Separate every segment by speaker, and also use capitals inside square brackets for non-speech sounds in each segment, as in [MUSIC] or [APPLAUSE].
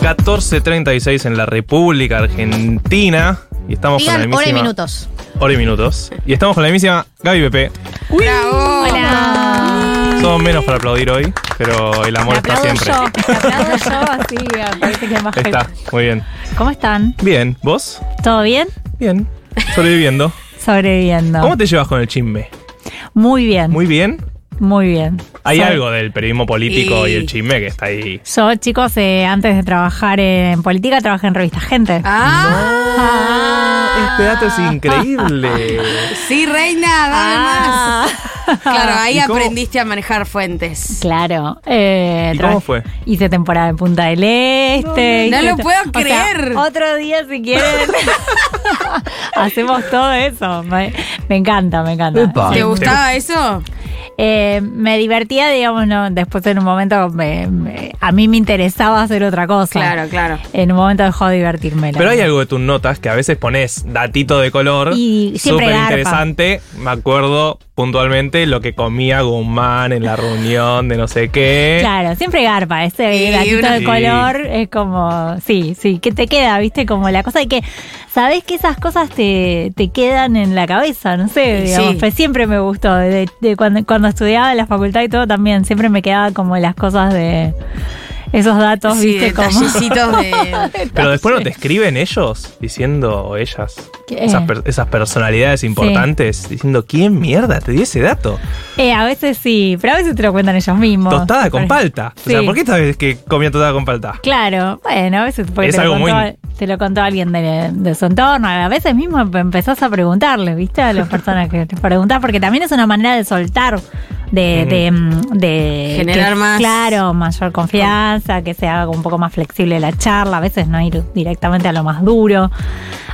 Speaker 1: 14.36 en la República Argentina. Y estamos
Speaker 2: Digan
Speaker 1: con la
Speaker 2: hora y
Speaker 1: misma.
Speaker 2: minutos.
Speaker 1: Hora y minutos. Y estamos con la misma Gaby Pepe.
Speaker 3: Bravo.
Speaker 2: Hola.
Speaker 1: Son menos para aplaudir hoy, pero el amor está
Speaker 4: aplaudo
Speaker 1: siempre.
Speaker 4: yo, te aplaudo yo, así ah, parece que es más
Speaker 1: Está, muy bien.
Speaker 4: gente. ¿Cómo están?
Speaker 1: Bien, ¿vos?
Speaker 4: ¿Todo bien?
Speaker 1: Bien.
Speaker 2: [LAUGHS]
Speaker 1: Sobreviviendo.
Speaker 4: Sobreviviendo.
Speaker 1: ¿Cómo te llevas con el chisme?
Speaker 4: Muy bien, muy,
Speaker 1: Muy bien.
Speaker 4: bien.
Speaker 1: Hay
Speaker 4: Soy-
Speaker 1: algo del periodismo político y...
Speaker 3: Y-
Speaker 1: el chisme que está ahí.
Speaker 4: Yo, chicos, eh, antes de trabajar en política, trabajé en revista Gente.
Speaker 3: Ah.
Speaker 2: Ah.
Speaker 1: Este dato es increíble.
Speaker 2: [LAUGHS]
Speaker 3: Sí, reina, dame más.
Speaker 4: Ah.
Speaker 3: Claro, ahí
Speaker 1: ¿Y cómo-
Speaker 3: aprendiste a manejar fuentes.
Speaker 4: [LAUGHS] Claro. eh,
Speaker 1: ¿Y cómo
Speaker 4: trabajé-
Speaker 1: fue?
Speaker 4: Hice temporada en Punta del Este.
Speaker 3: No, no.
Speaker 4: hice
Speaker 3: No lo puedo
Speaker 4: o sea,
Speaker 3: creer.
Speaker 4: otro día,
Speaker 1: [LAUGHS]
Speaker 4: si quieren. [LAUGHS] Hacemos todo eso. Me, me encanta, me encanta.
Speaker 5: Epa.
Speaker 3: ¿Te
Speaker 4: Ah. Sí.
Speaker 3: gustaba eso?
Speaker 4: Eh, me divertía, digamos, no, después en un momento me- me- a mí me interesaba hacer otra cosa.
Speaker 3: Claro, claro.
Speaker 4: En un momento dejó de divertirme. la
Speaker 1: Pero hay
Speaker 4: verdad.
Speaker 1: algo de tus notas que a veces pones datito de color.
Speaker 4: Y siempre
Speaker 1: Súper
Speaker 4: garpa.
Speaker 1: interesante. Me acuerdo puntualmente lo que comía Guzmán en la reunión de no sé qué.
Speaker 4: Claro, siempre garpa, ese
Speaker 3: Sí,
Speaker 4: gatito
Speaker 3: una-
Speaker 4: de
Speaker 1: Sí.
Speaker 4: color es como, sí, sí, que te queda, viste, como la cosa de que, sabes que esas cosas te, te quedan en la cabeza, no sé,
Speaker 3: Sí.
Speaker 4: digamos, pues siempre me gustó, de, de cuando, cuando estudiaba en la facultad y todo también, siempre me quedaba como las cosas de esos datos,
Speaker 3: Sí,
Speaker 4: viste, como...
Speaker 3: detallecitos de...
Speaker 1: Pero después no te escriben ellos diciendo o ellas.
Speaker 4: ¿Qué?
Speaker 1: Esas, per- esas personalidades importantes diciendo, ¿quién mierda te dio ese dato?
Speaker 4: [LAUGHS] Eh, a veces sí, pero a veces te lo cuentan ellos mismos.
Speaker 1: tostada con
Speaker 4: Por-
Speaker 1: palta. O sea,
Speaker 4: Sí.
Speaker 1: ¿por qué esta vez que comía tostada con palta?
Speaker 4: Claro, bueno, a veces porque
Speaker 1: Es
Speaker 4: te, lo
Speaker 1: algo
Speaker 4: contó,
Speaker 1: muy-
Speaker 4: te lo contó alguien de, de su entorno, a veces mismo empezás a preguntarle, ¿viste? A las personas que te preguntás, porque también es una manera de soltar, de... de, mm, de-
Speaker 3: Generar
Speaker 4: que-
Speaker 3: más-
Speaker 4: Claro, mayor confianza, que se haga un poco más flexible la charla, a veces no ir directamente a lo más duro,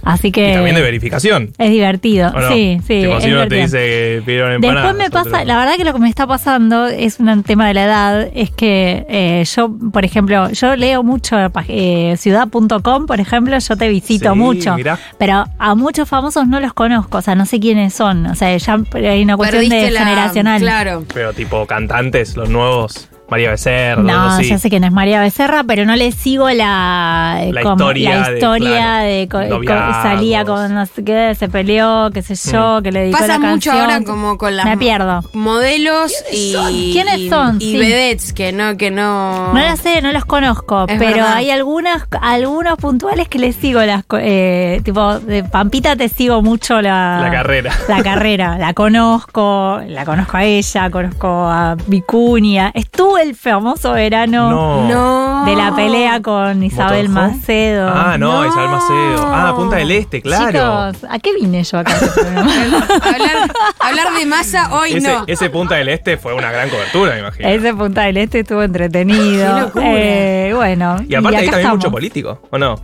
Speaker 4: así que...
Speaker 1: Y también de verificación.
Speaker 4: es divertido,
Speaker 1: ¿o no?
Speaker 4: Eh. sí, sí.
Speaker 1: Tipo,
Speaker 4: es
Speaker 1: si uno te
Speaker 4: divertido.
Speaker 1: dice que pidieron empanadas.
Speaker 4: Después me
Speaker 1: otro-
Speaker 4: pasa, la verdad que lo que me está pasando es un tema de la edad, es que eh, yo, por ejemplo, yo leo mucho eh, ciudad.com, por ejemplo, yo te visito
Speaker 1: Sí,
Speaker 4: mucho,
Speaker 1: mirá.
Speaker 4: pero a muchos famosos no los conozco, o sea, no sé quiénes son, o sea, ya hay una cuestión
Speaker 3: Perdiste
Speaker 4: de
Speaker 3: la...
Speaker 4: generacional.
Speaker 3: Claro.
Speaker 1: Pero tipo cantantes, los nuevos, María Becerra,
Speaker 4: No,
Speaker 1: algo así.
Speaker 4: ya sé quién es María Becerra, pero no le sigo la, eh,
Speaker 1: La
Speaker 4: como-
Speaker 1: historia
Speaker 4: la
Speaker 1: de,
Speaker 4: historia
Speaker 1: claro,
Speaker 4: de co- co-
Speaker 1: noviazgos. Mm.
Speaker 4: salía con no sé qué, se peleó, qué sé yo, que le dedicó
Speaker 3: Pasa
Speaker 4: la
Speaker 3: mucho
Speaker 4: canción.
Speaker 3: ahora como con las
Speaker 4: Me pierdo.
Speaker 3: modelos y
Speaker 4: ¿Quiénes son?
Speaker 3: y
Speaker 4: Sí.
Speaker 3: vedettes que no que no
Speaker 4: No las sé, no los conozco,
Speaker 3: Es
Speaker 4: pero
Speaker 3: verdad.
Speaker 4: hay algunas, algunos puntuales que les sigo las co- eh, tipo de Pampita te sigo mucho la,
Speaker 1: La carrera. [LAUGHS]
Speaker 4: La carrera, la conozco, la conozco a ella, conozco a Vicuña. Estuvo el famoso verano
Speaker 3: no
Speaker 4: de la pelea con Isabel
Speaker 1: ¿Motorhome?
Speaker 4: Macedo.
Speaker 1: Ah, no, Isabel Macedo. Ah, Punta del Este, claro.
Speaker 4: Chicos, ¿a qué vine yo [LAUGHS] acá? a este programa?
Speaker 3: hablar, hablar de masa hoy
Speaker 1: ese,
Speaker 3: no
Speaker 1: ese Punta del Este fue una gran cobertura, me imagino.
Speaker 4: Ese Punta del Este estuvo entretenido.
Speaker 3: Qué locura.
Speaker 4: Eh, bueno,
Speaker 1: y aparte ahí
Speaker 4: acá
Speaker 1: también
Speaker 4: estamos.
Speaker 1: mucho político, ¿o no?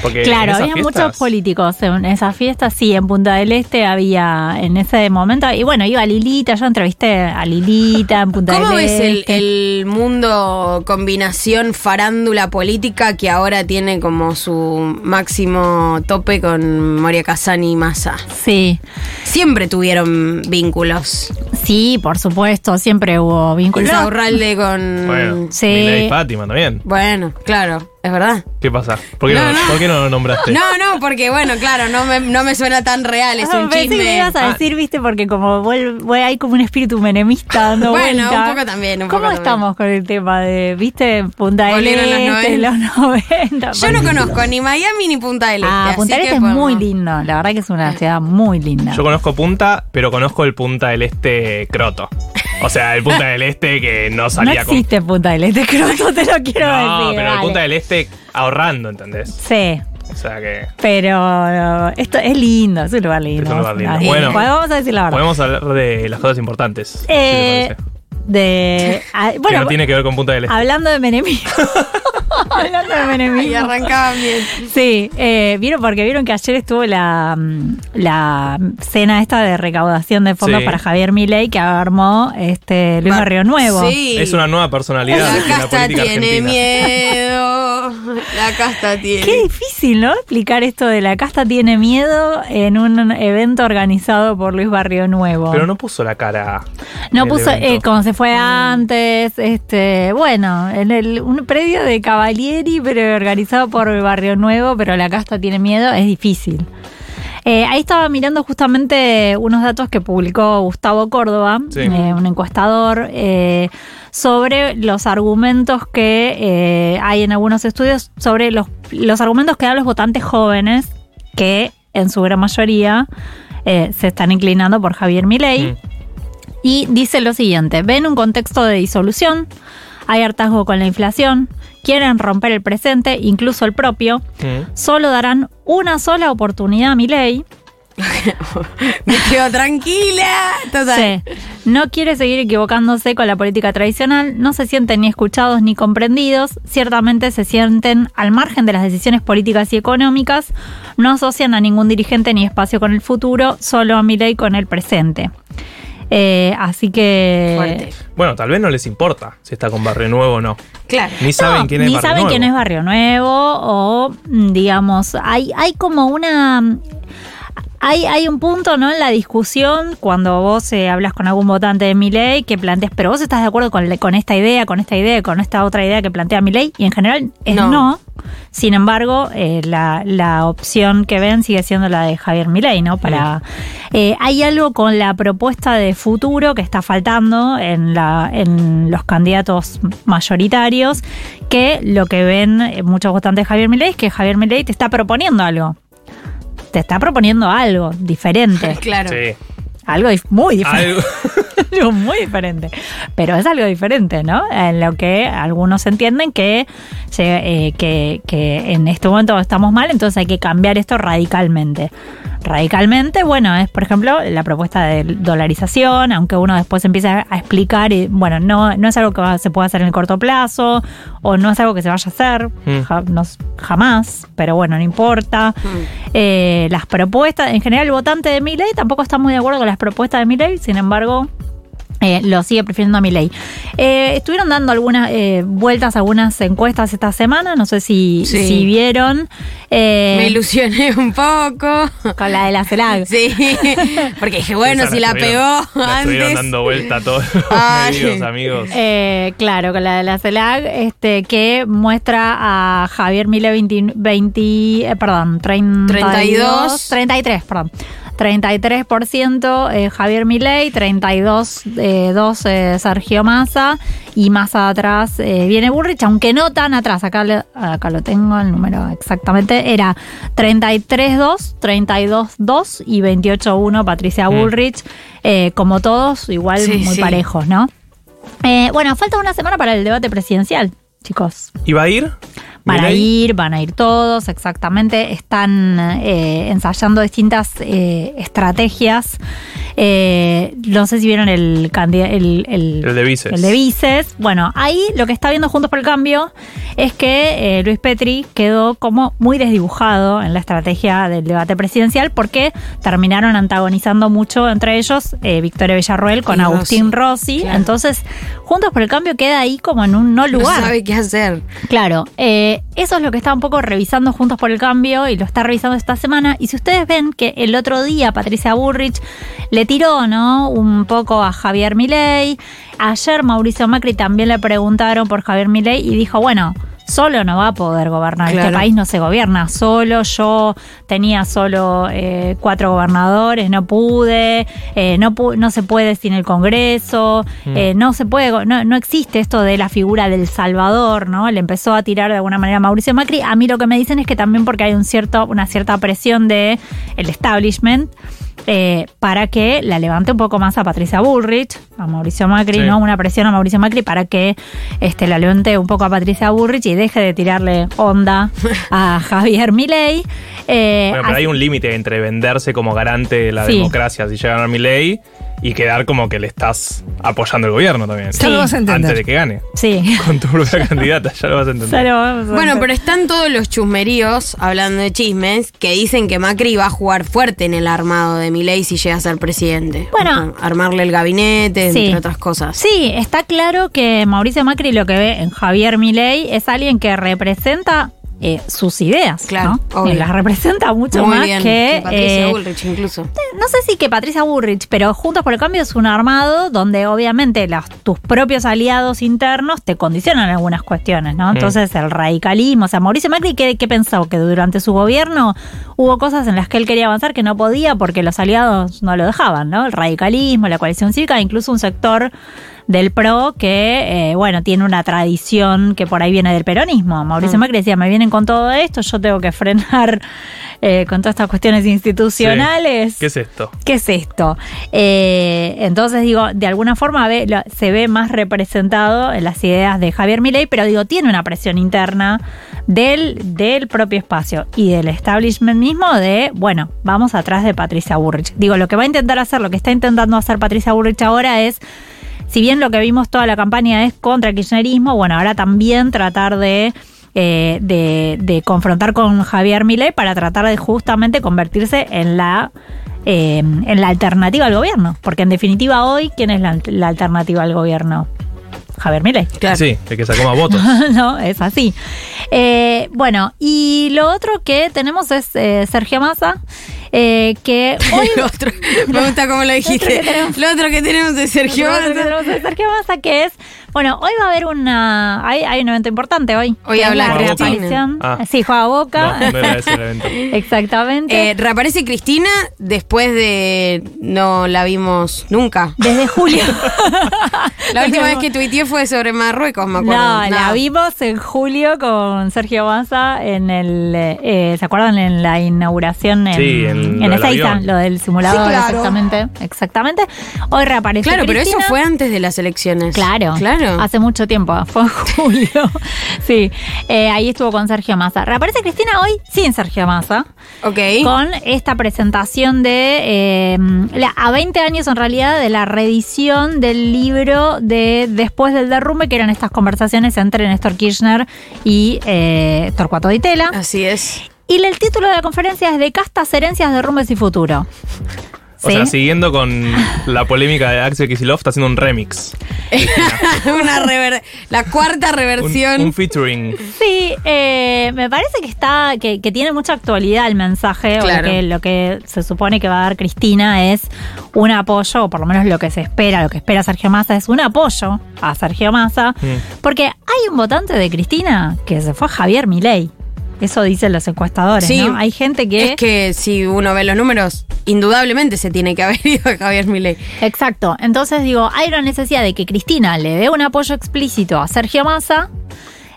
Speaker 1: Porque en
Speaker 4: Claro,
Speaker 1: esas
Speaker 4: había
Speaker 1: fiestas-
Speaker 4: muchos políticos en esas fiestas, sí, en Punta del Este había en ese momento, y bueno, iba Lilita, yo entrevisté a Lilita en Punta
Speaker 3: ¿Cómo
Speaker 4: del
Speaker 3: ves
Speaker 4: Este.
Speaker 3: el, el mundo combinación farándula política que ahora tiene como su máximo tope con María Casani y Massa?
Speaker 4: Sí,
Speaker 3: Siempre tuvieron vínculos.
Speaker 4: sí, por supuesto, siempre hubo
Speaker 3: Con
Speaker 4: vínculos.
Speaker 3: Saurralde con.
Speaker 1: Bueno,
Speaker 4: Mm, Sí.
Speaker 1: Milei y Fátima también.
Speaker 3: Bueno, claro, es verdad.
Speaker 1: ¿Qué pasa? ¿Por qué no,
Speaker 3: No, no.
Speaker 1: por qué no lo nombraste?
Speaker 3: No, no, porque bueno, claro, no me, no me suena tan real, es
Speaker 4: Ah,
Speaker 3: un
Speaker 4: Pensé que me
Speaker 3: chisme.
Speaker 4: ibas a decir, viste, porque como vuel- vuel- hay como un espíritu menemista dando
Speaker 3: Bueno,
Speaker 4: vuelta.
Speaker 3: un poco también, un
Speaker 4: ¿Cómo
Speaker 3: poco también.
Speaker 4: estamos con el tema de, viste, Punta del
Speaker 3: Volvieron los 90.
Speaker 4: Este, los 90?
Speaker 3: Yo no conozco ni Miami ni Punta del Este.
Speaker 4: Ah,
Speaker 3: así
Speaker 4: Punta del
Speaker 3: que
Speaker 4: Este es
Speaker 3: podemos-
Speaker 4: muy lindo, la verdad que es una ciudad muy linda.
Speaker 1: Yo conozco Punta, pero conozco el Punta del Este croto. O sea, el Punta del Este que no
Speaker 4: No
Speaker 1: salía con.
Speaker 4: existe Punta del Este, [LAUGHS] creo que te lo quiero
Speaker 1: No, pero
Speaker 4: decir.
Speaker 1: el
Speaker 4: dale.
Speaker 1: Punta del Este ahorrando, ¿entendés?
Speaker 4: Sí,
Speaker 1: O sea que.
Speaker 4: pero no, esto es lindo, es un lugar lindo.
Speaker 1: Es un lugar lindo.
Speaker 4: Ah,
Speaker 1: Bueno.
Speaker 4: vamos a decir la verdad.
Speaker 1: Podemos hablar de las cosas importantes. si te
Speaker 4: Eh,
Speaker 1: parece.
Speaker 4: de, ah,
Speaker 1: [LAUGHS] que
Speaker 4: bueno,
Speaker 1: no tiene que ver con Punta del Este.
Speaker 4: hablando de
Speaker 1: [LAUGHS]
Speaker 4: menemismo. hablando de
Speaker 3: Ahí
Speaker 4: menemismo.
Speaker 3: arrancaban bien.
Speaker 4: Sí, eh, vieron porque vieron que ayer estuvo la, mm, la cena esta de recaudación de fondos
Speaker 1: Sí.
Speaker 4: para Javier Milei que armó este Luis
Speaker 3: Va-
Speaker 4: Barrio Nuevo.
Speaker 3: Sí.
Speaker 1: Es una nueva personalidad
Speaker 3: La
Speaker 1: en la
Speaker 3: casta tiene
Speaker 1: política argentina.
Speaker 3: miedo.
Speaker 4: [LAUGHS]
Speaker 3: La casta tiene.
Speaker 4: Qué difícil, ¿no? Explicar esto de la casta tiene miedo en un evento organizado por Luis Barrio Nuevo.
Speaker 1: Pero no puso la cara.
Speaker 4: No
Speaker 1: en el
Speaker 4: puso, eh,
Speaker 1: evento.
Speaker 4: como se fue antes, este, bueno, en el, un predio de Cavalieri, pero organizado por el Barrio Nuevo, pero la casta tiene miedo, es difícil. Eh, ahí estaba mirando justamente unos datos que publicó Gustavo Córdoba,
Speaker 1: Sí.
Speaker 4: eh, un encuestador, eh, sobre los argumentos que eh, hay en algunos estudios, sobre los, los argumentos que dan los votantes jóvenes, que en su gran mayoría eh, se están inclinando por Javier Milei.
Speaker 1: Mm.
Speaker 4: Y dice lo siguiente, ven un contexto de disolución, hay hartazgo con la inflación, quieren romper el presente, incluso el propio,
Speaker 1: Mm.
Speaker 4: solo darán una sola oportunidad a mi ley.
Speaker 3: Me quedo tranquila. Total.
Speaker 4: No quiere seguir equivocándose con la política tradicional, no se sienten ni escuchados ni comprendidos, ciertamente se sienten al margen de las decisiones políticas y económicas, no asocian a ningún dirigente ni espacio con el futuro, solo a mi ley con el presente. Eh, así que...
Speaker 3: Fuerte.
Speaker 1: Bueno, tal vez no les importa si está con Barrio Nuevo o no.
Speaker 3: Claro.
Speaker 1: Ni saben
Speaker 4: No,
Speaker 1: quién es
Speaker 4: ni
Speaker 1: Barrio
Speaker 4: saben
Speaker 1: Nuevo.
Speaker 4: quién es Barrio Nuevo o mm, digamos hay hay como una hay, hay un punto ¿no? en la discusión cuando vos eh, hablas con algún votante de mi ley que planteas, pero vos estás de acuerdo con, le- con esta idea, con esta idea, con esta otra idea que plantea mi ley, y en general es
Speaker 3: No.
Speaker 4: no. Sin embargo, eh, la, la opción que ven sigue siendo la de Javier Milei, ¿no? Para, eh, hay algo con la propuesta de futuro que está faltando en, la, en los candidatos mayoritarios, que lo que ven eh, muchos votantes de Javier Milei es que Javier Milei te está proponiendo algo. Te está proponiendo algo
Speaker 3: [LAUGHS]
Speaker 4: diferente.
Speaker 3: Claro.
Speaker 1: Sí.
Speaker 4: Algo dif- muy diferente.
Speaker 1: Algo-
Speaker 4: [LAUGHS] Algo muy diferente. Pero es algo diferente, ¿no? En lo que algunos entienden que, se- eh, que, que en este momento estamos mal, entonces hay que cambiar esto radicalmente. Radicalmente, bueno, es por ejemplo la propuesta de dolarización, aunque uno después empieza a explicar, y, bueno, no, no es algo que va- se pueda hacer en el corto plazo, o no es algo que se vaya a hacer,
Speaker 1: Mm.
Speaker 4: ja- no s- jamás, pero bueno, no importa.
Speaker 3: Mm.
Speaker 4: Eh, las propuestas, en general el votante de Milley tampoco está muy de acuerdo con las propuestas de Milley, sin embargo, eh, lo sigue prefiriendo a Milley. Eh, estuvieron dando algunas eh, vueltas, algunas encuestas esta semana, no sé si,
Speaker 3: Sí.
Speaker 4: si vieron. eh,
Speaker 3: Me ilusioné un poco.
Speaker 4: [LAUGHS] con la de la CELAC.
Speaker 3: Sí. Porque dije,
Speaker 1: [LAUGHS]
Speaker 3: bueno,
Speaker 1: Esa
Speaker 3: si la
Speaker 1: estuvieron-
Speaker 3: pegó
Speaker 1: la
Speaker 3: antes.
Speaker 1: Estuvieron dando vuelta a todos los
Speaker 3: Ay.
Speaker 1: medios, amigos.
Speaker 4: Eh, claro, con la de la CELAC, este, que muestra a Javier Mile 20, 20, eh, perdón,
Speaker 3: 32.
Speaker 4: 32, 33, perdón. 33% eh, Javier Milei, 32 eh, dos, eh, Sergio Massa y más atrás eh, viene Burrich, aunque no tan atrás, acá, le- acá lo tengo el número exactamente, era 33-2, 32-2 y 28-1 Patricia
Speaker 1: Mm.
Speaker 4: Bullrich, eh, como todos, igual
Speaker 3: Sí,
Speaker 4: muy
Speaker 3: sí.
Speaker 4: parejos, ¿no? Eh, bueno, falta una semana para el debate presidencial, chicos.
Speaker 1: ¿Iba a ir?
Speaker 4: Van a
Speaker 1: Milei?
Speaker 4: ir, van a ir todos, exactamente. Están eh, ensayando distintas eh, estrategias. Eh, no sé si vieron el, candida- el, el-
Speaker 1: El de Vices.
Speaker 4: el de Vices. Bueno, ahí lo que está viendo Juntos por el Cambio es que eh, Luis Petri quedó como muy desdibujado en la estrategia del debate presidencial porque terminaron antagonizando mucho entre ellos eh, Victoria Villarroel con
Speaker 3: Y
Speaker 4: Agustín Rossi.
Speaker 3: claro.
Speaker 4: Entonces, Juntos por el Cambio queda ahí como en un no
Speaker 3: No
Speaker 4: lugar.
Speaker 3: sabe qué hacer.
Speaker 4: Claro, eh, eso es lo que está un poco revisando Juntos por el Cambio y lo está revisando esta semana. Y si ustedes ven que el otro día Patricia Burrich le tiró, ¿no? Un poco a Javier Milei. Ayer Mauricio Macri también le preguntaron por Javier Milei y dijo, bueno, solo no va a poder gobernar. Este
Speaker 3: Claro.
Speaker 4: país no se gobierna solo. Yo tenía solo eh, cuatro gobernadores, no pude, eh, no, pu- no se puede sin el Congreso, eh, no se puede, go- no, no existe esto de la figura del Salvador, ¿no? Le empezó a tirar de alguna manera a Mauricio Macri. A mí lo que me dicen es que también porque hay un cierto, una cierta presión de el establishment. eh, para que la levante un poco más a Patricia Bullrich, a Mauricio Macri,
Speaker 1: Sí.
Speaker 4: ¿no? Una presión a Mauricio Macri para que este, la levante un poco a Patricia Bullrich y deje de tirarle onda
Speaker 3: [LAUGHS]
Speaker 4: a Javier Milei. Eh,
Speaker 1: Bueno, pero
Speaker 4: así-
Speaker 1: hay un límite entre venderse como garante de la
Speaker 4: Sí.
Speaker 1: democracia si llega a ganar mi ley y quedar como que le estás apoyando al gobierno también.
Speaker 2: Ya lo vas a
Speaker 1: Antes de
Speaker 2: entender.
Speaker 1: que gane. [LAUGHS]
Speaker 4: Sí.
Speaker 1: Con tu
Speaker 4: [LAUGHS]
Speaker 1: propia candidata, ya lo vas a entender.
Speaker 4: Bueno,
Speaker 3: Bueno, pero están todos los chusmeríos, hablando de chismes, que dicen que Macri va a jugar fuerte en el armado de Milei si llega a ser presidente.
Speaker 4: Bueno.
Speaker 3: O sea, armarle el gabinete,
Speaker 4: Sí.
Speaker 3: entre otras cosas.
Speaker 4: Sí, está claro que Mauricio Macri lo que ve en Javier Milei es alguien que representa eh, sus ideas.
Speaker 3: Claro,
Speaker 4: ¿no?
Speaker 3: obvio.
Speaker 4: Las representa mucho
Speaker 3: Muy
Speaker 4: más
Speaker 3: bien.
Speaker 4: que.
Speaker 3: y Patricia
Speaker 4: eh,
Speaker 3: Bullrich incluso.
Speaker 4: no sé si que Patricia Burrich, pero Juntos por el Cambio es un armado donde obviamente las- tus propios aliados internos te condicionan algunas cuestiones, ¿no? Entonces el radicalismo, o sea, Mauricio Macri, ¿qué, qué pensó? Que durante su gobierno hubo cosas en las que él quería avanzar que no podía porque los aliados no lo dejaban, ¿no? El radicalismo, la coalición cívica, incluso un sector del PRO que, eh, bueno, tiene una tradición que por ahí viene del peronismo. Mauricio Macri decía, me vienen con todo esto, yo tengo que frenar eh, con todas estas cuestiones institucionales.
Speaker 1: ¿Qué es esto?
Speaker 4: ¿Qué es esto? Eh, entonces digo, de alguna forma ve- lo- se ve más representado en las ideas de Javier Milei, pero digo, tiene una presión interna del, del propio espacio y del establishment mismo de, bueno, vamos atrás de Patricia Burrich. Digo, lo que va a intentar hacer, lo que está intentando hacer Patricia Burrich ahora es si bien lo que vimos toda la campaña es contra el kirchnerismo, bueno, ahora también tratar de, eh, de, de confrontar con Javier Milei para tratar de justamente convertirse en la eh, en la alternativa al gobierno. Porque en definitiva hoy, ¿quién es la, la alternativa al gobierno? Javier Milei. [LAUGHS]
Speaker 3: Claro.
Speaker 1: Sí, el que sacó más votos.
Speaker 4: no, es así. Eh, bueno, y lo otro que tenemos es eh, Sergio Massa, eh, que
Speaker 3: [LAUGHS]
Speaker 4: hoy
Speaker 3: Lo otro, me gusta cómo lo dijiste. Lo otro que tenemos es Sergio
Speaker 4: Nosotros
Speaker 3: Massa.
Speaker 4: tenemos a Sergio Massa, que es. Bueno, hoy va a haber una. Hay, hay un evento importante hoy.
Speaker 3: Hoy
Speaker 4: que es
Speaker 3: habla
Speaker 4: la
Speaker 1: Juega Boca.
Speaker 4: reaparición.
Speaker 1: Ah.
Speaker 4: Sí, juega
Speaker 1: No,
Speaker 4: boca.
Speaker 1: no era ese el evento.
Speaker 4: [LAUGHS] Exactamente.
Speaker 3: Eh, reaparece Cristina después de. No la vimos nunca. [LAUGHS]
Speaker 4: Desde julio.
Speaker 3: La última vez que tuiteé fue sobre Marruecos, me acuerdo.
Speaker 4: No, la
Speaker 3: Nada.
Speaker 4: vimos en julio con Sergio Massa en el. eh, ¿Se acuerdan? En la inauguración en,
Speaker 1: Sí, en lo del
Speaker 4: Ezeiza,
Speaker 1: avión.
Speaker 4: lo del simulador.
Speaker 3: Sí, claro.
Speaker 4: Exactamente. Exactamente. Hoy reaparece.
Speaker 3: Claro, pero eso
Speaker 4: Cristina.
Speaker 3: fue antes de las elecciones.
Speaker 4: Claro,
Speaker 3: Claro.
Speaker 4: Hace mucho tiempo, [LAUGHS] fue en julio. sí, eh, ahí estuvo con Sergio Massa. Reaparece Cristina hoy sin Sergio Massa,
Speaker 3: Ok.
Speaker 4: con esta presentación de, eh, la- a 20 años en realidad, de la reedición del libro de Después del derrumbe, que eran estas conversaciones entre Néstor Kirchner y eh, Torcuato Di Tela.
Speaker 3: Así
Speaker 4: [LAUGHS]
Speaker 3: es.
Speaker 4: Y el título de la conferencia es De castas, herencias, derrumbes y futuro.
Speaker 1: O sea, siguiendo con la polémica de Axel Kicillof, está haciendo un remix.
Speaker 3: Una rever- la cuarta
Speaker 1: Un,
Speaker 3: reversión.
Speaker 1: un featuring.
Speaker 4: Sí, eh, me parece que está, que, que tiene mucha actualidad el mensaje, o lo
Speaker 3: Claro.
Speaker 4: que, lo que se supone que va a dar Cristina es un apoyo, o por lo menos lo que se espera, lo que espera Sergio Massa es un apoyo a Sergio Massa,
Speaker 1: Mm.
Speaker 4: porque hay un votante de Cristina que se fue a Javier Milei. Eso dicen los encuestadores,
Speaker 3: Sí.
Speaker 4: ¿no? Hay gente que...
Speaker 3: Es que si uno ve los números, indudablemente se tiene que haber [LAUGHS] ido a Javier Milei.
Speaker 4: Exacto. Entonces digo, hay una necesidad de que Cristina le dé un apoyo explícito a Sergio Massa.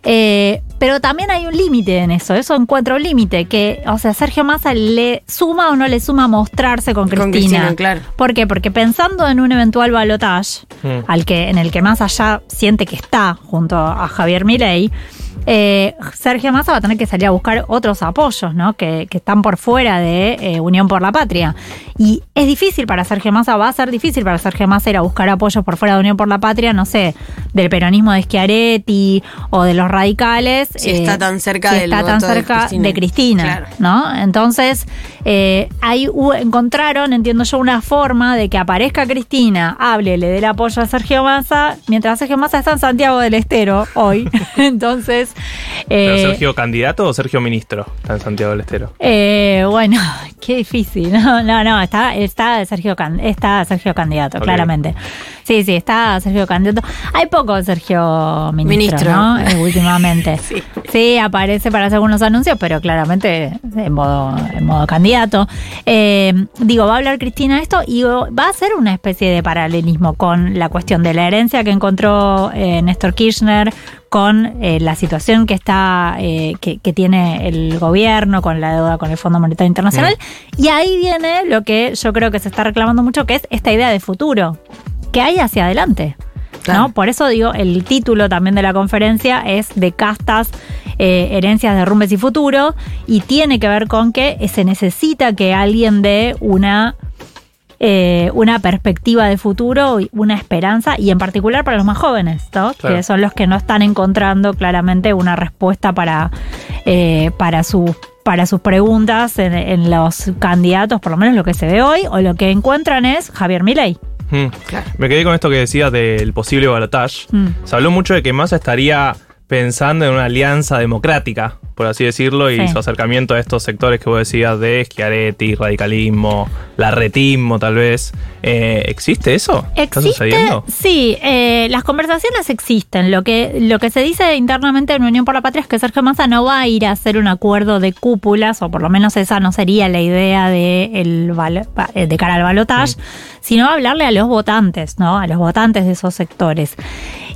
Speaker 4: eh, pero también hay un límite en eso, eso encuentro un límite, que, o sea, Sergio Massa le suma o no le suma mostrarse con Cristina.
Speaker 3: Con Cristina, claro. Hmm.
Speaker 4: ¿Por qué? Porque pensando en un eventual balotage,
Speaker 1: Mm.
Speaker 4: al que, en el que Massa ya siente que está junto a Javier Milei, eh, Sergio Massa va a tener que salir a buscar otros apoyos, ¿no? Que, que están por fuera de eh, Unión por la Patria. Y es difícil para Sergio Massa, va a ser difícil para Sergio Massa ir a buscar apoyos por fuera de Unión por la Patria, no sé, del peronismo de Schiaretti o de los radicales. eh,
Speaker 3: Si está tan cerca
Speaker 4: si
Speaker 3: del
Speaker 4: está tan
Speaker 3: voto de
Speaker 4: cerca
Speaker 3: Cristina.
Speaker 4: de Cristina.
Speaker 3: Claro.
Speaker 4: ¿no? Entonces, eh, ahí hu- encontraron, entiendo yo, una forma de que aparezca Cristina, hable, le dé el apoyo a Sergio Massa, mientras Sergio Massa está en Santiago del Estero
Speaker 3: [LAUGHS]
Speaker 4: hoy. [LAUGHS] Entonces,
Speaker 1: ¿Pero
Speaker 4: eh,
Speaker 1: Sergio candidato o Sergio ministro? Está en Santiago del Estero.
Speaker 4: eh, bueno, [LAUGHS] qué difícil. No, no, no, está, está, Sergio, Can- está Sergio Candidato,
Speaker 1: Ok.
Speaker 4: claramente. Sí, sí, está Sergio Candidato. Hay poco Sergio Ministro,
Speaker 3: Ministro.
Speaker 4: ¿no? Eh, últimamente.
Speaker 3: [LAUGHS] Sí.
Speaker 4: Sí, aparece para hacer algunos anuncios, pero claramente en modo, en modo candidato. Eh, digo, va a hablar Cristina de esto y o- va a ser una especie de paralelismo con la cuestión de la herencia que encontró eh, Néstor Kirchner, con eh, la situación que está, eh, que, que tiene el gobierno, con la deuda con el Fondo Monetario Internacional.
Speaker 3: Mm.
Speaker 4: Y ahí viene lo que yo creo que se está reclamando mucho, que es esta idea de futuro. que hay hacia adelante?
Speaker 3: Claro.
Speaker 4: ¿no? Por eso digo, el título también de la conferencia es de castas, eh, herencias, derrumbes y futuro, y tiene que ver con que se necesita que alguien dé una, eh, una perspectiva de futuro, y una esperanza, y en particular para los más jóvenes, ¿no?
Speaker 1: Claro.
Speaker 4: que son los que no están encontrando claramente una respuesta para, eh, para sus para sus preguntas en, en los candidatos, por lo menos lo que se ve hoy, o lo que encuentran es Javier Milei.
Speaker 1: Mm.
Speaker 3: Claro.
Speaker 1: Me quedé con esto que decías del posible balotage.
Speaker 4: Mm.
Speaker 1: Se habló mucho de que Massa estaría pensando en una alianza democrática por así decirlo, y
Speaker 4: Sí.
Speaker 1: su acercamiento a estos sectores que vos decías de Schiaretti, radicalismo, larretismo tal vez. Eh, ¿Existe eso? ¿Está
Speaker 4: Existe,
Speaker 1: sucediendo?
Speaker 4: sí, eh, las conversaciones existen. Lo que, lo que se dice internamente en Unión por la Patria es que Sergio Massa no va a ir a hacer un acuerdo de cúpulas, o por lo menos esa no sería la idea de, el, bal- pa- eh, de cara al balotaje, sino hablarle a los votantes, ¿no? A los votantes de esos sectores.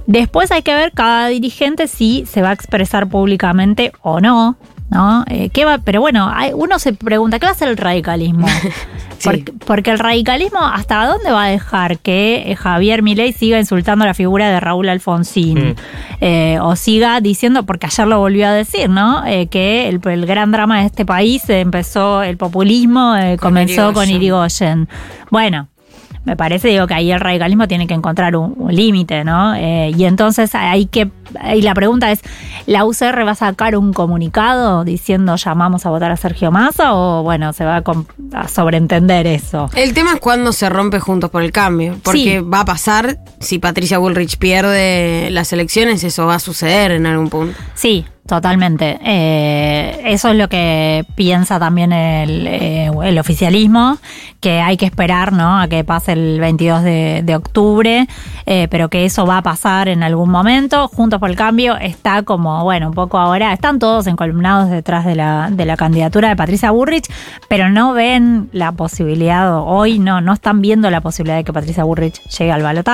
Speaker 4: Después hay que ver cada dirigente si se va a expresar públicamente o no. ¿No? Eh, ¿qué va? Pero bueno, hay- uno se pregunta, ¿qué va a ser el radicalismo?
Speaker 3: Sí.
Speaker 4: Porque- porque el radicalismo, ¿hasta dónde va a dejar que eh, Javier Milei siga insultando a la figura de Raúl Alfonsín?
Speaker 3: Hmm.
Speaker 1: Mm.
Speaker 4: Eh, o siga diciendo, porque ayer lo volvió a decir, ¿no? Eh, que el, el gran drama de este país eh, empezó, el populismo eh,
Speaker 3: Con
Speaker 4: comenzó con
Speaker 3: Irigoyen.
Speaker 4: Irigoyen. Bueno. Me parece, digo, que ahí el radicalismo tiene que encontrar un, un límite, ¿no? Eh, y entonces hay que. Y la pregunta es: ¿la UCR va a sacar un comunicado diciendo llamamos a votar a Sergio Massa? O, bueno, se va a com- a sobreentender eso.
Speaker 3: El tema es cuando se rompe Juntos por el Cambio, porque
Speaker 4: Sí.
Speaker 3: va a pasar, si Patricia Bullrich pierde las elecciones, eso va a suceder en algún punto.
Speaker 4: Sí, totalmente. Eh, eso es lo que piensa también el, eh, el oficialismo, que hay que esperar ¿no? a que pase el 22 de, de octubre, eh, pero que eso va a pasar en algún momento. Juntos por el Cambio está como, bueno, un poco ahora, están todos encolumnados detrás de la, de la candidatura de Patricia Burrich, pero no ven la posibilidad, o hoy no, no están viendo la posibilidad de que Patricia Burrich llegue al balotaje.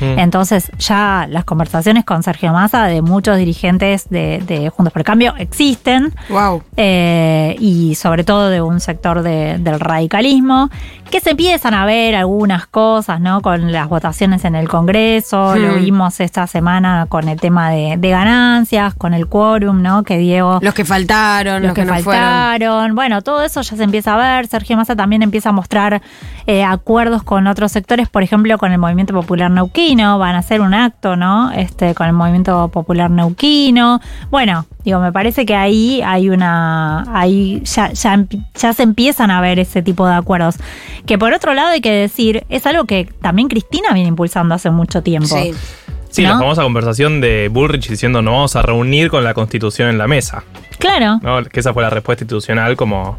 Speaker 1: Mm.
Speaker 4: Entonces, ya las conversaciones con Sergio Massa de muchos dirigentes de, de Juntos por el Cambio existen.
Speaker 3: Wow.
Speaker 4: eh, y sobre todo de un sector de- del radicalismo, que se empiezan a ver algunas cosas, ¿no? Con las votaciones en el Congreso,
Speaker 3: Hmm.
Speaker 4: lo vimos esta semana con el tema de, de ganancias, con el quórum, ¿no? Que Diego
Speaker 3: Los que faltaron, los,
Speaker 4: los que,
Speaker 3: no fueron.
Speaker 4: faltaron. Bueno, todo eso ya se empieza a ver. Sergio Massa también empieza a mostrar eh, acuerdos con otros sectores, por ejemplo, con el Movimiento Popular Neuquino. Van a hacer un acto, ¿no? Este, con el Movimiento Popular Neuquino. Bueno, digo, me parece que ahí hay una. Ahí ya, ya, empi- ya se empiezan a ver ese tipo de acuerdos. Que por otro lado hay que decir, es algo que también Cristina viene impulsando hace mucho tiempo.
Speaker 3: Sí.
Speaker 1: Sí, la
Speaker 4: ¿no?
Speaker 1: famosa conversación de Bullrich diciendo nos vamos a reunir con la constitución en la mesa.
Speaker 4: Claro.
Speaker 1: ¿no? Que esa fue la respuesta institucional como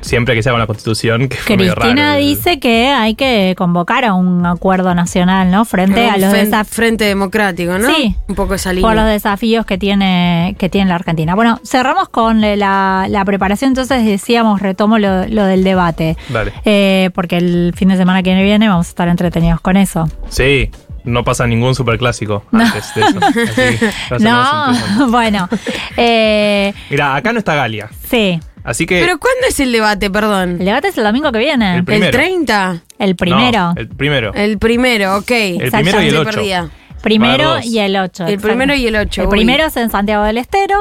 Speaker 1: siempre que se haga una constitución que fue medio
Speaker 4: Cristina
Speaker 1: raro.
Speaker 4: dice que hay que convocar a un acuerdo nacional, ¿no? Frente a
Speaker 3: Un
Speaker 4: los
Speaker 3: fen-
Speaker 4: desafíos.
Speaker 3: Frente Democrático, ¿no?
Speaker 4: Sí.
Speaker 3: Un poco esa línea.
Speaker 4: Por
Speaker 1: Eh.
Speaker 4: los desafíos que tiene, que tiene la Argentina. Bueno, cerramos con la, la preparación, entonces decíamos, retomo lo, lo del debate.
Speaker 1: Dale.
Speaker 4: Eh, porque el fin de semana que viene vamos a estar entretenidos con eso.
Speaker 1: Sí, no pasa ningún superclásico antes de
Speaker 4: [LAUGHS]
Speaker 1: eso. Así, va a ser más interesante.
Speaker 4: No, [LAUGHS] bueno. eh,
Speaker 1: Mirá, acá no está Galia.
Speaker 4: sí.
Speaker 1: Así que.
Speaker 3: Pero ¿cuándo es el debate, perdón?
Speaker 4: El debate es el domingo que viene.
Speaker 1: El
Speaker 4: El,
Speaker 1: pri- primero.
Speaker 3: ¿El 30?
Speaker 4: primero.
Speaker 1: No, el primero.
Speaker 3: El primero, ok.
Speaker 1: El primero y el
Speaker 3: Estoy
Speaker 1: ocho.
Speaker 3: perdida.
Speaker 1: va a
Speaker 4: primero
Speaker 1: haber dos.
Speaker 4: y el 8.
Speaker 3: El primero y el ocho,
Speaker 4: El
Speaker 3: uy.
Speaker 4: primero es en Santiago del Estero.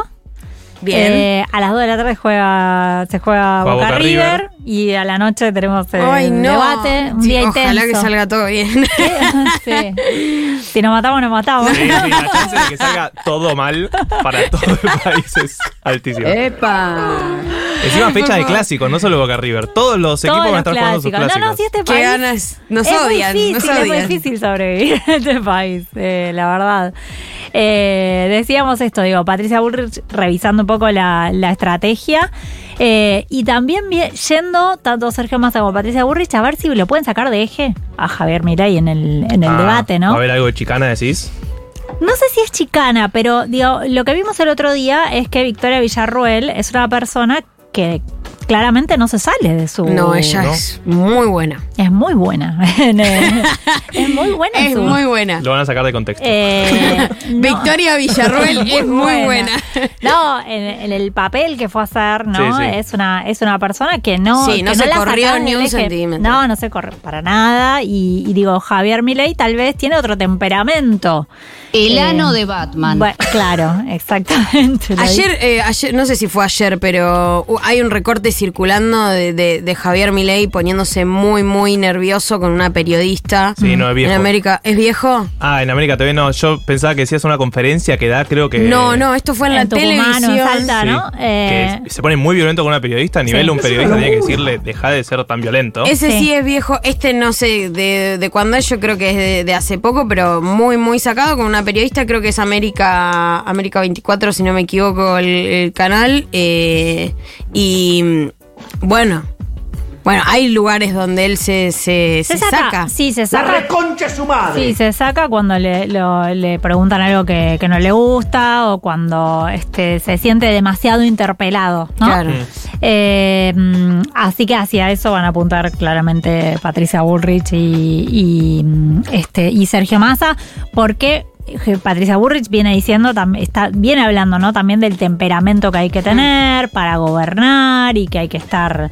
Speaker 3: Bien.
Speaker 4: Eh, a las 2 de la tarde juega, se juega
Speaker 1: Juega
Speaker 4: Boca,
Speaker 1: Boca
Speaker 4: River,
Speaker 1: River.
Speaker 4: y a la noche tenemos el
Speaker 3: Ay, no.
Speaker 4: debate, un
Speaker 3: Sí,
Speaker 4: día intenso.
Speaker 3: Ojalá que salga todo bien.
Speaker 4: [LAUGHS]
Speaker 3: [LAUGHS]
Speaker 4: Sí. Si nos matamos, nos matamos. [LAUGHS]
Speaker 1: Sí, sí, la chance de que salga todo mal para todo [LAUGHS] el país es altísima.
Speaker 3: Eh. ¡Epa!
Speaker 1: Encima
Speaker 3: Ay,
Speaker 1: fecha
Speaker 3: por
Speaker 1: de
Speaker 3: favor.
Speaker 1: clásico, no solo Boca River. Todos los equipos
Speaker 4: Todos
Speaker 1: van a
Speaker 4: los
Speaker 1: estar jugando sus
Speaker 4: clásicos.
Speaker 1: clásicos.
Speaker 4: No, no, si este
Speaker 3: Qué
Speaker 4: país.
Speaker 3: ganas. Nos
Speaker 4: es
Speaker 3: odian,
Speaker 4: Muy
Speaker 3: nos
Speaker 4: difícil, es muy
Speaker 3: odian.
Speaker 4: difícil sobrevivir [LAUGHS] en este país, eh, la verdad. Eh, decíamos esto, digo, Patricia Bullrich revisando un poco la, la estrategia. eh, y también vi- yendo tanto Sergio Massa como Patricia Bullrich a ver si lo pueden sacar de eje a Javier Mirey en el, en el
Speaker 1: Ah,
Speaker 4: debate, ¿no?
Speaker 1: ¿Va a haber algo de chicana, decís?
Speaker 4: No sé si es chicana, pero digo, lo que vimos el otro día es que Victoria Villarruel es una persona que claramente no se sale de su.
Speaker 3: No, ella
Speaker 1: ¿no?
Speaker 3: es muy buena.
Speaker 4: Es muy buena. [LAUGHS] En, eh, es muy buena. en
Speaker 3: [LAUGHS] Es
Speaker 4: su-
Speaker 3: muy buena.
Speaker 1: Lo van a sacar de contexto.
Speaker 3: [LAUGHS]
Speaker 4: Eh, no.
Speaker 3: Victoria
Speaker 4: [LAUGHS]
Speaker 3: Villarruel es muy buena.
Speaker 4: No, en, en el papel que fue a hacer, ¿no?
Speaker 1: Sí, sí.
Speaker 4: Es una es una persona que no,
Speaker 3: Sí, no
Speaker 4: que
Speaker 3: se
Speaker 4: la
Speaker 3: corrió
Speaker 4: sacás
Speaker 3: ni
Speaker 4: del
Speaker 3: un
Speaker 4: eje.
Speaker 3: centímetro.
Speaker 4: No, no se corre para nada. Y, y digo, Javier Milei tal vez tiene otro temperamento.
Speaker 2: El
Speaker 4: Eh,
Speaker 2: ano de Batman.
Speaker 4: Bueno, claro, [LAUGHS] exactamente. lo
Speaker 3: Ayer, eh, ayer, no sé si fue ayer, pero uh, hay un recorte circulando de, de- de Javier Milei poniéndose muy, muy nervioso con una periodista.
Speaker 1: Sí, no es viejo.
Speaker 3: En América. ¿Es viejo?
Speaker 1: Ah, en América TV no. Yo pensaba que decías una conferencia que da, creo que.
Speaker 3: No, no, esto fue en, la
Speaker 4: en Tucumán,
Speaker 3: televisión.
Speaker 4: en Salta.
Speaker 1: Sí,
Speaker 4: ¿no? Eh,
Speaker 1: que se pone muy violento con una periodista. A nivel
Speaker 4: Sí.
Speaker 1: un
Speaker 4: Es una
Speaker 1: periodista tiene que
Speaker 4: locura.
Speaker 1: decirle, deja de ser tan violento.
Speaker 3: Ese sí.
Speaker 4: Sí.
Speaker 3: es viejo, este no sé de, de cuándo es, yo creo que es de, de hace poco, pero muy, muy sacado con una periodista, creo que es América, América 24, si no me equivoco, el, el canal. eh, y bueno, bueno, hay lugares donde él se, se, se saca.
Speaker 4: Sí, se
Speaker 2: ¡La
Speaker 4: saca.
Speaker 2: reconcha de su madre!
Speaker 4: Sí, se saca cuando le, lo- le preguntan algo que, que no le gusta o cuando este, se siente demasiado interpelado, ¿no?
Speaker 3: Claro.
Speaker 4: Eh, mm, así que hacia eso van a apuntar claramente Patricia Bullrich y, y, mm, este, y Sergio Massa, porque eh, Patricia Bullrich viene diciendo, tam- está, viene hablando ¿no? también del temperamento que hay que tener para gobernar y que hay que estar,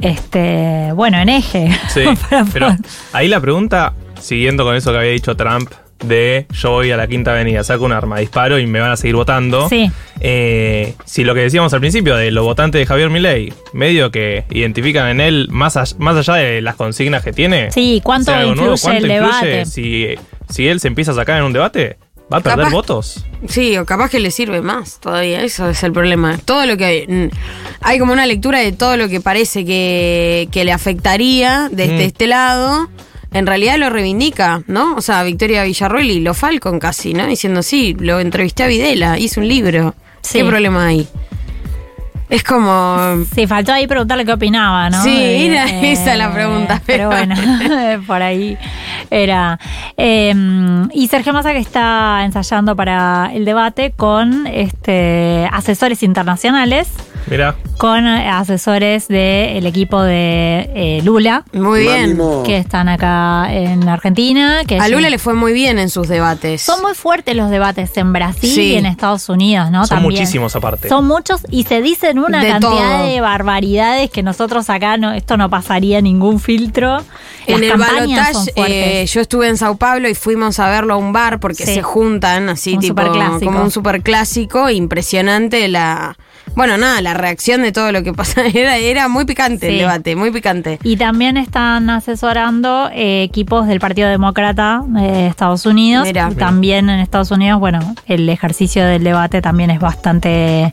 Speaker 4: este, bueno, en eje.
Speaker 1: Sí,
Speaker 4: [LAUGHS] para
Speaker 1: pero
Speaker 4: poder-
Speaker 1: ahí la pregunta, siguiendo con eso que había dicho Trump, de yo voy a la quinta avenida, saco un arma, disparo y me van a seguir votando.
Speaker 4: Sí.
Speaker 1: Eh, si lo que decíamos al principio de los votantes de Javier Milei, medio que identifican en él, más, all- más allá de las consignas que tiene.
Speaker 4: Sí, ¿cuánto
Speaker 1: sea algo
Speaker 4: influye el debate?
Speaker 1: Si, si él se empieza a sacar en un debate, ¿va a perder
Speaker 3: Capaz-
Speaker 1: votos?
Speaker 3: Sí, o capaz que le sirve más todavía, eso es el problema. Todo lo que mm, hay como una lectura de todo lo que parece que, que le afectaría desde
Speaker 1: Mm.
Speaker 3: este lado, en realidad lo reivindica, ¿no? O sea, Victoria Villarroel y lo Falcon casi, ¿no? Diciendo, sí, lo entrevisté a Videla, hice un libro.
Speaker 4: Sí.
Speaker 3: ¿Qué problema hay? Es como...
Speaker 4: Sí, faltó ahí preguntarle qué opinaba, ¿no? Eh,
Speaker 3: Sí, era esa la pregunta, pero-
Speaker 4: Pero bueno, [LAUGHS] por ahí era. Eh, y Sergio Massa que está ensayando para el debate con este, asesores internacionales,
Speaker 1: Mirá,
Speaker 4: con eh, asesores del equipo de eh, Lula,
Speaker 3: Muy bien.
Speaker 4: que están acá en Argentina. Que
Speaker 3: A Lula
Speaker 4: ellos-
Speaker 3: le fue muy bien en sus debates.
Speaker 4: Son muy fuertes los debates en Brasil
Speaker 3: Sí.
Speaker 4: y en Estados Unidos, ¿no?
Speaker 1: son
Speaker 4: También.
Speaker 1: muchísimos aparte.
Speaker 4: Son muchos y se dicen una
Speaker 3: De
Speaker 4: cantidad
Speaker 3: todo.
Speaker 4: de barbaridades que nosotros acá no, esto no pasaría ningún filtro.
Speaker 3: En
Speaker 4: Las
Speaker 3: el
Speaker 4: campañas son
Speaker 3: balotage,
Speaker 4: fuertes.
Speaker 3: eh, yo estuve en Sao Paulo y fuimos a verlo a un bar porque
Speaker 4: Sí.
Speaker 3: se juntan así,
Speaker 4: Un
Speaker 3: tipo,
Speaker 4: superclásico.
Speaker 3: como un superclásico. Impresionante la. Bueno, nada, la reacción de todo lo que pasa. [LAUGHS] Era, era muy picante el
Speaker 4: Sí.
Speaker 3: debate, muy picante.
Speaker 4: y también están asesorando eh, equipos del Partido Demócrata de Estados Unidos.
Speaker 3: Mirá.
Speaker 4: Y También en Estados Unidos, bueno, el ejercicio del debate también es bastante,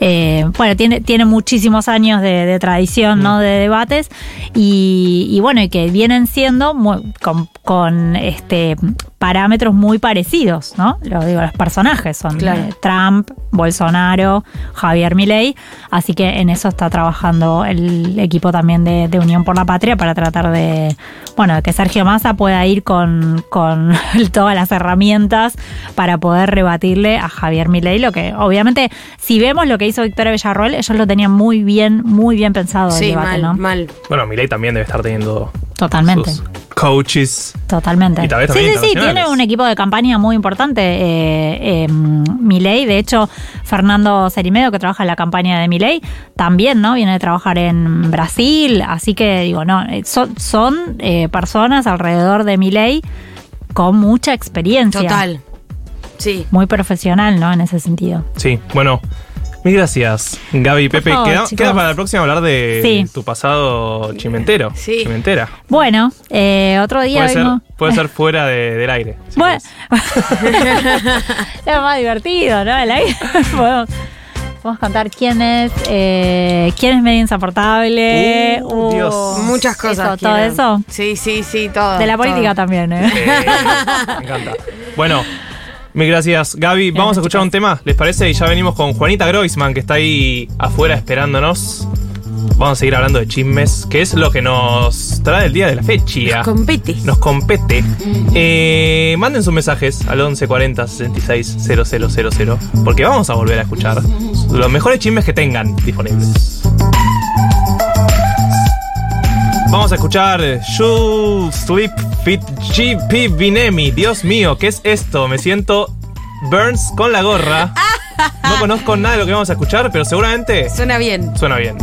Speaker 4: eh, bueno, tiene, tiene muchísimos años de, de tradición, ¿no? De debates. Y, y bueno, y que vienen siendo muy- con, con, este parámetros muy parecidos, ¿no? Lo digo, los personajes son
Speaker 3: Claro.
Speaker 4: eh, Trump, Bolsonaro, Javier Milei, así que en eso está trabajando el equipo también de, de Unión por la Patria para tratar de, bueno, de que Sergio Massa pueda ir con, con [LAUGHS] todas las herramientas para poder rebatirle a Javier Milei, lo que obviamente, si vemos lo que hizo Victoria Villarroel, ellos lo tenían muy bien, muy bien pensado el
Speaker 3: Sí,
Speaker 4: debate,
Speaker 3: mal,
Speaker 4: ¿no?
Speaker 3: mal.
Speaker 1: Bueno, Milei también debe estar teniendo
Speaker 4: Totalmente.
Speaker 1: sus coaches.
Speaker 4: Totalmente.
Speaker 1: Y tal vez también
Speaker 4: sí, sí, sí,
Speaker 1: internacionales.
Speaker 4: tiene un equipo de campaña muy importante, eh, eh, Milei. De hecho, Fernando Cerimedo, que trabaja en la campaña de Milei, también no viene de trabajar en Brasil. Así que, digo, no, eh, son, son eh, personas alrededor de Milei con mucha experiencia.
Speaker 3: Total. Sí.
Speaker 4: Muy profesional, ¿no? En ese sentido.
Speaker 1: Sí, bueno. Mil gracias, Gaby y
Speaker 4: Por
Speaker 1: Pepe.
Speaker 4: favor,
Speaker 1: queda,
Speaker 4: chicos.
Speaker 1: queda para la próxima hablar de
Speaker 4: Sí.
Speaker 1: tu pasado chimentero.
Speaker 3: Sí.
Speaker 1: Chimentera.
Speaker 4: Bueno, eh, otro día
Speaker 1: Puede ser,
Speaker 4: vengo-
Speaker 1: puede ser fuera de- del aire. si
Speaker 4: Bueno,
Speaker 1: querés.
Speaker 4: [LAUGHS] es más divertido, ¿no? El aire. [LAUGHS] podemos, podemos contar quién es, eh, quién es medio insoportable.
Speaker 1: Uh, Dios.
Speaker 3: Muchas cosas.
Speaker 4: Eso, todo
Speaker 3: quiero.
Speaker 4: eso.
Speaker 3: Sí, sí, sí, todo.
Speaker 4: De la política
Speaker 3: todo.
Speaker 4: también, ¿eh?
Speaker 1: Eh, me encanta. Bueno, mil gracias, Gaby. Vamos a escuchar un tema, ¿les parece? Y ya venimos con Juanita Groisman, que está ahí afuera esperándonos. Vamos a seguir hablando de chismes, que es lo que nos trae el día de la fecha.
Speaker 3: Compete.
Speaker 1: Nos compete. Eh, manden sus mensajes al 1140 66 000, porque vamos a volver a escuchar los mejores chismes que tengan disponibles. Vamos a escuchar You Sleep Fit GP Binemi. Dios mío, ¿qué es esto? Me siento Burns con la gorra. No conozco nada de lo que vamos a escuchar, pero seguramente
Speaker 3: Suena bien.
Speaker 1: suena bien.